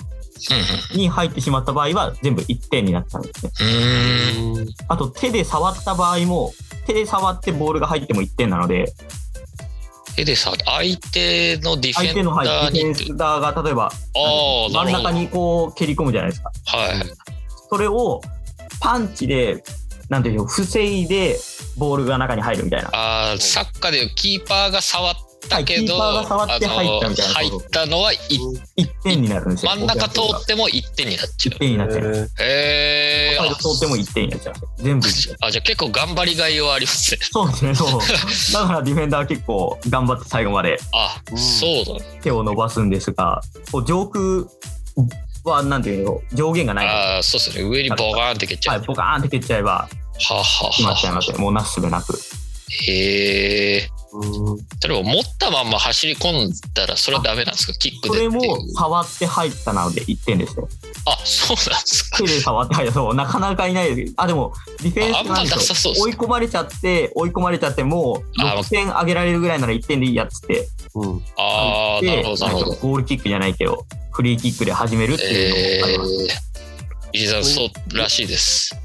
[SPEAKER 2] に入ってしまった場合は、全部1点になっちゃうんですね。
[SPEAKER 1] うん。うーん。
[SPEAKER 2] あと手で触った場合も、手で触ってボールが入っても1点なので、
[SPEAKER 1] えでさ、相手のディフ
[SPEAKER 2] 相手
[SPEAKER 1] ェ
[SPEAKER 2] の、
[SPEAKER 1] ン
[SPEAKER 2] はい、デ
[SPEAKER 1] ダー
[SPEAKER 2] ィフ
[SPEAKER 1] に。
[SPEAKER 2] ェンダーが例えば、
[SPEAKER 1] ああ、
[SPEAKER 2] 真
[SPEAKER 1] なんるほ
[SPEAKER 2] 中
[SPEAKER 1] ど。
[SPEAKER 2] にこう蹴り込むじゃないですか。
[SPEAKER 1] はい。
[SPEAKER 2] それをパンチで、なんていうの、防いでボールが中に入るみたいな。
[SPEAKER 1] ああ、サッカーでいうキーパーが触ったけ
[SPEAKER 2] はいキ
[SPEAKER 1] ど、
[SPEAKER 2] ーパーが触って入ったみたいな
[SPEAKER 1] あの入ったのは一
[SPEAKER 2] 1点になるんですよ。
[SPEAKER 1] 真ん中通
[SPEAKER 2] お客
[SPEAKER 1] っても1点になっちゃ
[SPEAKER 2] さんが1点になっちゃう。
[SPEAKER 3] えー
[SPEAKER 1] う。へえ
[SPEAKER 2] サイド通っても1点になっちゃう。全部。 そ
[SPEAKER 1] あ、じゃあ結構頑張りがいはありますね。
[SPEAKER 2] うですね、そう。だからディフェンダーは結構頑張って最後まで
[SPEAKER 1] あ、
[SPEAKER 3] うん
[SPEAKER 1] そうだ、ね。
[SPEAKER 2] 手を伸ばすんですが、こう上空は、なんていうの、上限がないので。
[SPEAKER 1] ああ、そうですね。上にボカーンって蹴っちゃ
[SPEAKER 2] は
[SPEAKER 1] う。
[SPEAKER 2] い、ボカーンって蹴っちゃえば、
[SPEAKER 1] ははは
[SPEAKER 2] 決まっちゃいます
[SPEAKER 1] は。
[SPEAKER 2] ね。もうなすすべなく。
[SPEAKER 1] へえ。
[SPEAKER 3] うん
[SPEAKER 1] 例えば持ったまんま走り込んだらそれはダメなんですかキック
[SPEAKER 2] そ
[SPEAKER 1] で
[SPEAKER 2] れ
[SPEAKER 1] っていう
[SPEAKER 2] も触って入ったなので1点ですね。
[SPEAKER 1] あそうなんですか
[SPEAKER 2] 手で触って入った。そう、なかなかいないです。あ、でも、ディフェンス
[SPEAKER 1] ああんま
[SPEAKER 2] なん
[SPEAKER 1] なさ
[SPEAKER 2] です
[SPEAKER 1] そう
[SPEAKER 2] よ
[SPEAKER 1] です
[SPEAKER 2] 追
[SPEAKER 1] ね
[SPEAKER 2] い込まれちゃって、追い込まれちゃって、もう
[SPEAKER 1] あ
[SPEAKER 2] 6点上げられるぐらいなら1点でいいやっつって。
[SPEAKER 3] うん
[SPEAKER 1] ああなるほ
[SPEAKER 2] で
[SPEAKER 1] どなるほ
[SPEAKER 2] なん
[SPEAKER 1] ど
[SPEAKER 2] かゴールキックじゃないけど、フリーキックで始めるっていうのもあります。
[SPEAKER 1] えー、石井さんそうらしいです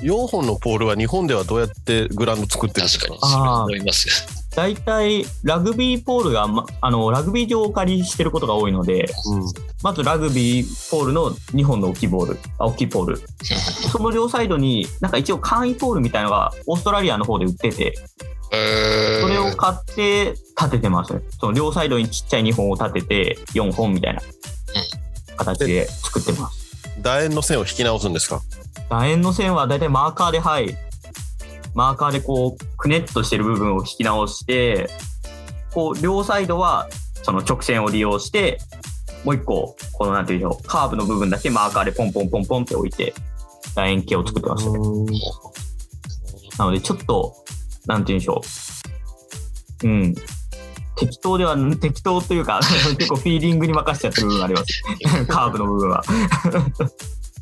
[SPEAKER 3] 4本のポールは日本ではどうやってグラウンド作ってるんです
[SPEAKER 1] 確
[SPEAKER 3] か
[SPEAKER 1] かに
[SPEAKER 2] あー
[SPEAKER 1] それは思いますよ
[SPEAKER 2] 大体、ラグビーポールが、ま、あの、ラグビー場をお借りしてることが多いので、まずラグビーポールの2本の大きいボール、あ大きいポー ル。その両サイドに、なんか一応簡易ポールみたいなのがオーストラリアの方で売ってて、
[SPEAKER 1] え
[SPEAKER 2] それを
[SPEAKER 1] ー、
[SPEAKER 2] 買って立ててますね。その両サイドにちっちゃい2本を立てて、4本みたいな形で作ってます。
[SPEAKER 3] うん楕円の線を引き直すんですか
[SPEAKER 2] 楕円の線はだいたいマーカーで、はい。マーカーでこう、くねっとしてる部分を引き直して、こう、両サイドはその直線を利用して、もう一個、このなんていうの、カーブの部分だけマーカーでポンポンポンポンって置いて、楕円形を作ってますね。なので、ちょっと、なんて言うんでしょう。うん。適当では、適当というか、 結構フィーリングに任せちゃってる部分があります。 カーブの部分は。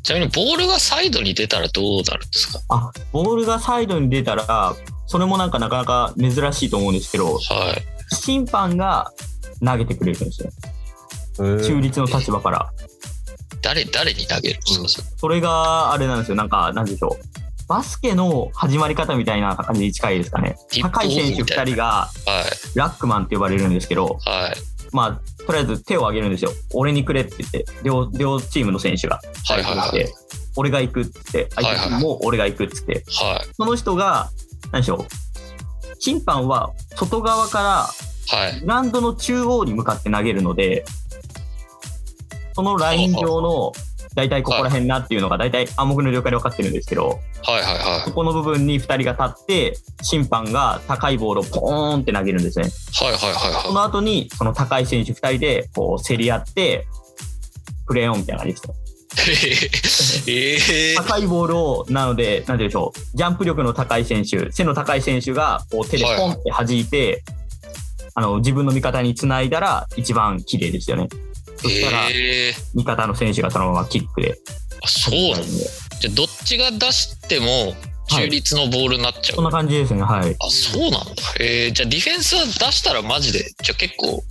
[SPEAKER 1] ちなみにボールがサイドに出たらどうなるんですか
[SPEAKER 2] あ、ボールがサイドに出たら、それもなんかなかなか珍しいと思うんですけど、
[SPEAKER 1] はい
[SPEAKER 2] 審判が投げてくれるんですよ。中立の立場から。
[SPEAKER 1] 誰誰に投げるんですかそれ
[SPEAKER 2] それがあれなんですよ。なんか、なんでしょう。バスケの始まり方みたいな感じに近いですかね。
[SPEAKER 1] ティップオ
[SPEAKER 2] 高
[SPEAKER 1] フ
[SPEAKER 2] い
[SPEAKER 1] みたい
[SPEAKER 2] 選手2人が
[SPEAKER 1] はい
[SPEAKER 2] ラックマンって呼ばれるんですけど、
[SPEAKER 1] はい
[SPEAKER 2] まあ、とりあえず手を挙げるんですよ。俺にくれって言って、両両チームの選手が。
[SPEAKER 1] はいはいはい
[SPEAKER 2] で俺が行くって言って、相手チームも俺が行くって言って、
[SPEAKER 1] はい
[SPEAKER 2] その人が、何でしょう、審判は外側か
[SPEAKER 1] はい
[SPEAKER 2] らグラウンドの中央に向かって投げるので、そのライン上の、大体ここら辺なっていうのが、大体暗黙の了解で分かってるんですけど、
[SPEAKER 1] はいはいはい
[SPEAKER 2] ここの部分に2人が立って、審判が高いボールをポーンって投げるんですね。
[SPEAKER 1] はいはいはい
[SPEAKER 2] そ
[SPEAKER 1] は
[SPEAKER 2] の後に、その高い選手2人で、こう、競り合って、プレーオンみたいな感じですね。
[SPEAKER 1] いえー
[SPEAKER 2] 高いボールを、なので、なんて言うんでしょう、ジャンプ力の高い選手、背の高い選手が、こう、手でポンって弾いて、あの、自分の味方につないだら、一番綺麗ですよね。そしたら、
[SPEAKER 1] えー、
[SPEAKER 2] 味方の選手がそのままキックで。
[SPEAKER 1] あそうなんだ
[SPEAKER 2] んで。
[SPEAKER 1] じゃあどっちが出しても中立のボールになっちゃう、
[SPEAKER 2] そんな感じですね、はい。
[SPEAKER 1] あそうなんだえー、じゃあディフェンスは出したらマジでじゃあ結構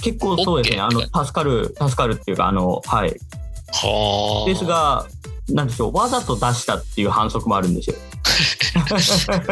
[SPEAKER 2] 結構そうですね、あの、助かる、助かるっていうか、あの、はい。
[SPEAKER 1] はあ
[SPEAKER 2] ですが、なんでしょう、わざと出したっていう反則もある んですよ。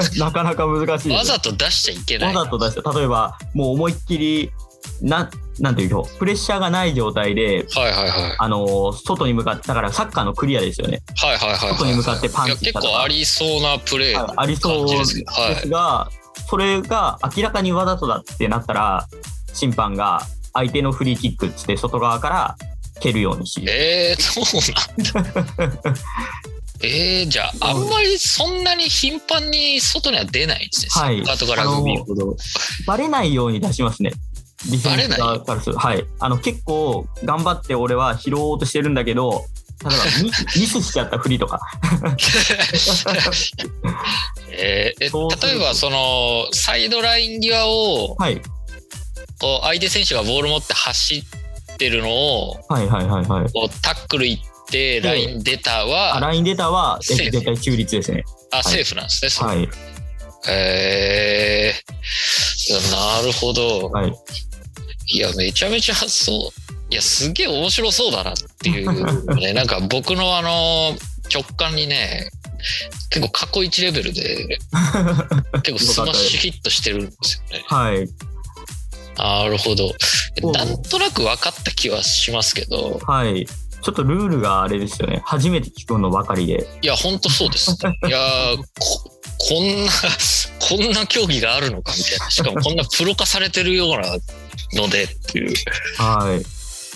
[SPEAKER 2] なかなか難しいです。
[SPEAKER 1] わざと出しちゃいけな
[SPEAKER 2] わ
[SPEAKER 1] い
[SPEAKER 2] ざと出して、例えば、もう思いっきり、な、なんていうのプレッシャーがない状態で、
[SPEAKER 1] はいはいはい。
[SPEAKER 2] あのー外に向かって、だからサッカーのクリアですよね。
[SPEAKER 1] はいはいはいはい。
[SPEAKER 2] 外に向かってパンチし
[SPEAKER 1] いや結
[SPEAKER 2] たとか
[SPEAKER 1] 構ありそうなプレー
[SPEAKER 2] はいありそ
[SPEAKER 1] 感
[SPEAKER 2] う
[SPEAKER 1] じ
[SPEAKER 2] で
[SPEAKER 1] です
[SPEAKER 2] す
[SPEAKER 1] けど。はい。
[SPEAKER 2] が、それが明らかにわざとだってなったら、審判が相手のフリーキックっつって外側から蹴るようにし、
[SPEAKER 1] えー、そうなん だ。えー、じゃあ、あんまりそんなに頻繁に外には出ないんですね。
[SPEAKER 2] はい
[SPEAKER 1] サッカーとかラグビーほど。
[SPEAKER 2] バレないように出しますね。ディフェンス
[SPEAKER 1] バレ
[SPEAKER 2] 側からするはい。あの、結構頑張って俺は拾おうとしてるんだけど、例えばミミス しちゃったフリとか。
[SPEAKER 1] えーえ
[SPEAKER 2] そうすると
[SPEAKER 1] 例えば、その、サイドライン際を、
[SPEAKER 2] はい。
[SPEAKER 1] こう相手選手がボール持って走ってるのを、
[SPEAKER 2] はいはいはいはい。
[SPEAKER 1] こうタックル行って、ライン出た
[SPEAKER 2] あ
[SPEAKER 1] は、
[SPEAKER 2] ラインデータは
[SPEAKER 1] セーフ
[SPEAKER 2] 絶対中立ですね。
[SPEAKER 1] あ、セーフなんですね。それ
[SPEAKER 2] はい。
[SPEAKER 1] えー、いやなるほど。
[SPEAKER 2] はい。
[SPEAKER 1] いや、めちゃめちゃそう。いや、すげえ面白そうだなっていう、 ね。なんか僕のあの、直感にね、結構過去1レベル で、結構スマッシュヒットしてるんですよね。
[SPEAKER 2] はい。
[SPEAKER 1] なるほど
[SPEAKER 2] う。ん
[SPEAKER 1] なんとなく分かった気はしますけど、
[SPEAKER 2] はい。ちょっとルールがあれですよね。初めて聞くのばかりで。
[SPEAKER 1] いや、ほんとそう です。いやーこ、こんな、こんな競技があるのかみたいな。しかもこんなプロ化されてるようなのでっていう。い
[SPEAKER 2] はい。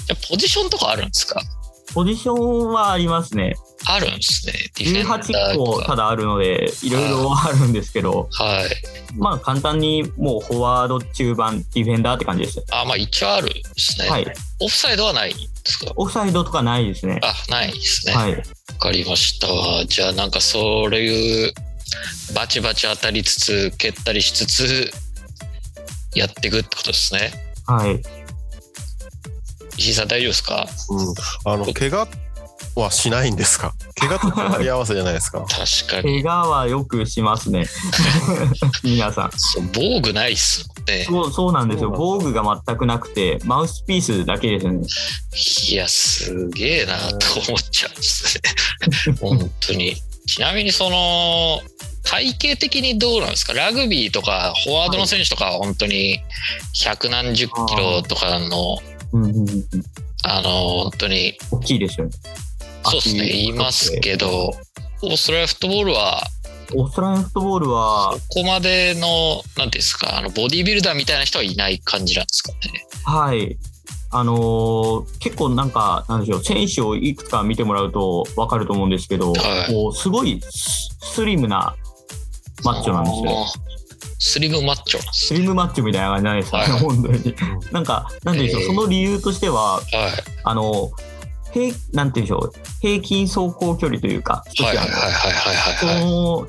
[SPEAKER 1] やポジションとかあるんですか
[SPEAKER 2] ポジションはありますね。
[SPEAKER 1] あるんですね。ディフェンダー
[SPEAKER 2] 18
[SPEAKER 1] と
[SPEAKER 2] 個
[SPEAKER 1] か
[SPEAKER 2] た。だあるので、いろいろあるんですけど、
[SPEAKER 1] はい。
[SPEAKER 2] まあ簡単にもうフォワード、中盤、ディフェンダーって感じです。
[SPEAKER 1] あ、まあ一応あるんですね。
[SPEAKER 2] はい。
[SPEAKER 1] オフサイドはないんですか
[SPEAKER 2] オフサイドとかないですね。
[SPEAKER 1] あ、ないですね。わ、
[SPEAKER 2] はい。
[SPEAKER 1] かりました。じゃあなんかそういうバチバチ当たりつつ、蹴ったりしつつ、やっていくってことですね。
[SPEAKER 2] はい。
[SPEAKER 1] 石井さん大丈夫ですか
[SPEAKER 3] うん、あの怪我はしないんですか怪我と隣り合わせじゃないです か
[SPEAKER 1] 確かに。
[SPEAKER 2] 怪我はよくしますね。皆さん。
[SPEAKER 1] そう防具ないっすもんね。
[SPEAKER 2] そうそうなんですよ。
[SPEAKER 3] そう
[SPEAKER 2] 防具が全くなくて、マウスピースだけですよね。
[SPEAKER 1] いや、すげえなと思っちゃうんですね。本当に。ちなみにその、体型的にどうなんですかラグビーとか、フォワードの選手とかは本当に百何十キロとかの、
[SPEAKER 2] うんうんうん、
[SPEAKER 1] あの、本当に、
[SPEAKER 2] 大きいですよね。
[SPEAKER 1] そうですね、
[SPEAKER 2] 足
[SPEAKER 1] 言いますけど、オーストラリアフットボールは、
[SPEAKER 2] オーストラリアンフットボールは
[SPEAKER 1] こ、こまでの、なんていうんですか、あの、ボディービルダーみたいな人はいない感じなんですかね。
[SPEAKER 2] はい。あのー結構なんか、なんでしょう、選手をいくつか見てもらうと分かると思うんですけど、
[SPEAKER 1] はい
[SPEAKER 2] もうすごいススリムなマッチョなんですよ。
[SPEAKER 1] あースリムマッチョなんです
[SPEAKER 2] スリムマッチョみたいな感じじゃないですか、
[SPEAKER 1] はいはい
[SPEAKER 2] 本当に。なんか、なんでしょう、
[SPEAKER 1] えー
[SPEAKER 2] その理由としては、
[SPEAKER 1] ね。はい。
[SPEAKER 2] あの、平、なんていうんでしょう、平均走行距離というか、一つ
[SPEAKER 1] はいはい
[SPEAKER 2] あ
[SPEAKER 1] はいはいはいはい。
[SPEAKER 2] のこの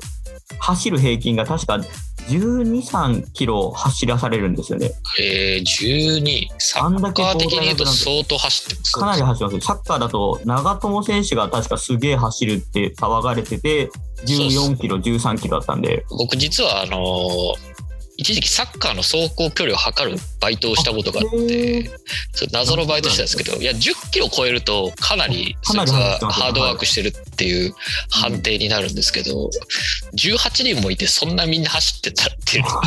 [SPEAKER 2] 走る平均が確か12、3キロ走らされるんですよね。
[SPEAKER 1] えー、12、サ
[SPEAKER 2] あんだ
[SPEAKER 1] ッ
[SPEAKER 2] け
[SPEAKER 1] カー的に言う
[SPEAKER 2] 膨大な
[SPEAKER 1] と
[SPEAKER 2] なんて
[SPEAKER 1] 相当走ってます。
[SPEAKER 2] かなり走ります。サッカーだと長友選手が確かすげえ走るって騒がれてて、14キロ、13キロだったん で、
[SPEAKER 1] 僕実はあのー一時期サッカーの走行距離を測るバイトをしたことがあっ
[SPEAKER 2] あへ
[SPEAKER 1] て
[SPEAKER 2] ー
[SPEAKER 1] それ謎のバイトしてたんですけどいや10キロ超えるとかなり
[SPEAKER 2] か
[SPEAKER 1] そい
[SPEAKER 2] な
[SPEAKER 1] つ
[SPEAKER 2] り
[SPEAKER 1] は
[SPEAKER 2] 走ってますね
[SPEAKER 1] ハードワークしてるっていう判定になるんですけど18人もいてそんなみんな走ってたっていう のは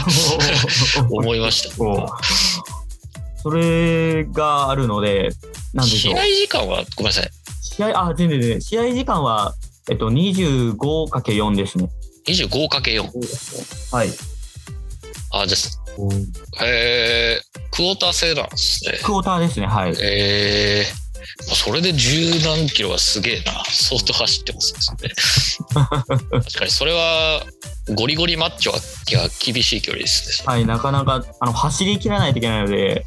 [SPEAKER 1] 思いました
[SPEAKER 2] こうそれがあるので、なんでし
[SPEAKER 1] 試
[SPEAKER 2] ょう
[SPEAKER 1] 合。時間はごめんなさい
[SPEAKER 2] 試合、あ、全然全然。試合時間は、えっと、25×4 ですね。
[SPEAKER 1] 25×4
[SPEAKER 2] はい。
[SPEAKER 1] あじゃあへえクォーター制なんですね
[SPEAKER 2] クォーターですね。はい。
[SPEAKER 1] えー、まあそれで十何キロはすげえな相当走ってますね 確かにそれはゴリゴリマッチョには厳しい距離ですね
[SPEAKER 2] はい、なかなか、あの、走り切らないといけないので、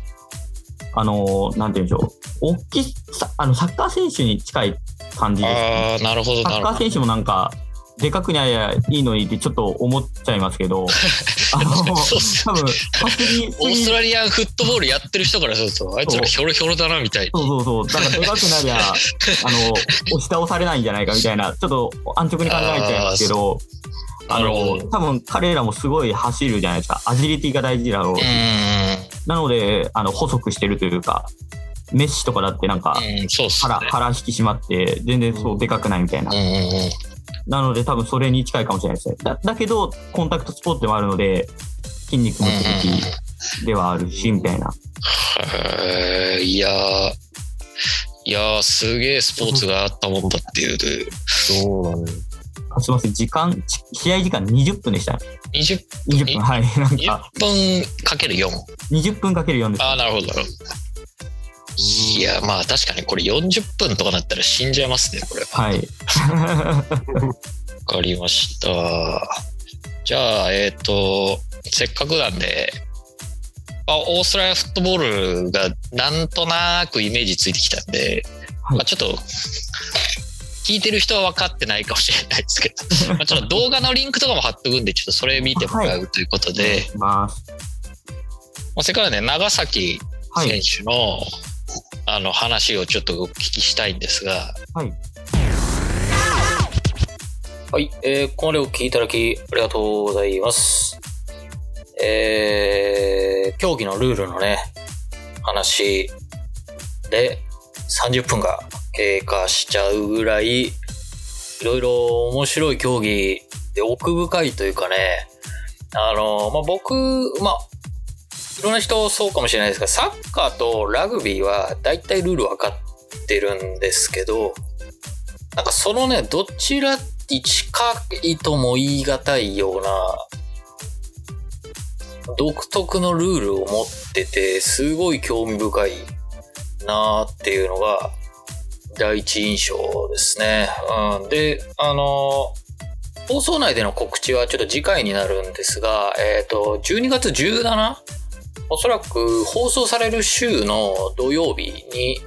[SPEAKER 2] あの、なんて言うんでしょう。大きい、さあの、サッカー選手に近い感じですね。
[SPEAKER 1] ああなるほど
[SPEAKER 2] サ
[SPEAKER 1] な
[SPEAKER 2] ッ
[SPEAKER 1] る
[SPEAKER 2] カ
[SPEAKER 1] ほ
[SPEAKER 2] ー選手もなんか、でかくにゃやいいのにってちょっと思っちゃいますけ ど、あの、
[SPEAKER 1] どそうっす
[SPEAKER 2] 多分、走りす
[SPEAKER 1] オー
[SPEAKER 2] ぎ
[SPEAKER 1] ストラリアンフットボールやってる人からするとあいつらひょろひょろだなみたい
[SPEAKER 2] そうそうそう、だからでかく なりゃ、あの、押し倒されないんじゃないかみたいな、ちょっと安直に考えちゃいますけど、
[SPEAKER 1] あー
[SPEAKER 2] あ
[SPEAKER 1] なるほ
[SPEAKER 2] の、
[SPEAKER 1] ど
[SPEAKER 2] 多分彼らもすごい走るじゃないですか。アジリティが大事だろう
[SPEAKER 1] う。ー
[SPEAKER 2] なので、あの、細くしてるというか、メッシとかだってなんか、
[SPEAKER 1] んうんそうっすね
[SPEAKER 2] 腹、腹引き締まって、全然そうでかくないみたいな
[SPEAKER 1] うん。うんうん
[SPEAKER 2] なので、多分それに近いかもしれないですね。だだけど、コンタクトスポーツでもあるので、筋肉もつく
[SPEAKER 1] うんうんうん
[SPEAKER 2] し、ではあるし、みたいな。
[SPEAKER 3] へーいやーいやーすげえスポーツがあったもんだっていう
[SPEAKER 5] そうだね。
[SPEAKER 2] あすみません、時間、ち試合時間20分でしたね。
[SPEAKER 3] 20
[SPEAKER 2] 20分、はい。なんか、
[SPEAKER 3] 分かける4
[SPEAKER 2] 20分かける4です。
[SPEAKER 3] ああなるほどなるほどいやまあ確かにこれ40分とかなったら死んじゃいますねこれわ
[SPEAKER 2] はい。
[SPEAKER 3] かりましたじゃあえっ、とせっかくなんでまあオーストラリアフットボールがなんとなくイメージついてきたんで、
[SPEAKER 2] はい
[SPEAKER 3] まあ、ちょっと聞いてる人は分かってないかもしれないですけ どまあちょっと動画のリンクとかも貼っとくんでちょっとそれ見てもらうということで、
[SPEAKER 2] まあ、
[SPEAKER 3] まあ、せっかくね長崎
[SPEAKER 2] はい
[SPEAKER 3] 選。手の,、あの話をちょっとお聞きしたいんですが、
[SPEAKER 1] はい、えーここまでお聞きいただきありがとうございます。えー競技のルールのね、話で30分が経過しちゃうぐらい、いろいろ面白い競技で奥深いというかね、あの、まあ、僕、まあ、いろんな人そうかもしれないですが、サッカーとラグビーは大体ルール分かってるんですけど、なんかそのね、どちら近いとも言い難いような、独特のルールを持ってて、すごい興味深いなーっていうのが、第一印象ですね。うん、で、あのー放送内での告知はちょっと次回になるんですが、えっ、と、12月 17? おそらく放送される週の土曜日に、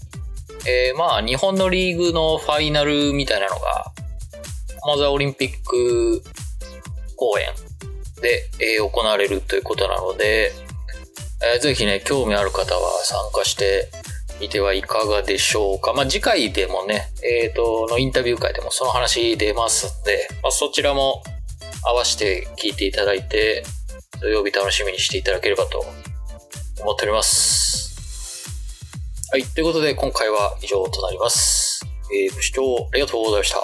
[SPEAKER 1] えーまあ、日本のリーグのファイナルみたいなのが、駒沢オリンピック公演で、えー行われるということなので、えーぜひね、興味ある方は参加してみてはいかがでしょうか。まあ、次回でもね、えっ、と、のインタビュー会でもその話出ますんで、まあ、そちらも合わせて聞いていただいて、土曜日楽しみにしていただければと思っております。はい、ということで今回は以上となります。えーご視聴ありがとうございました。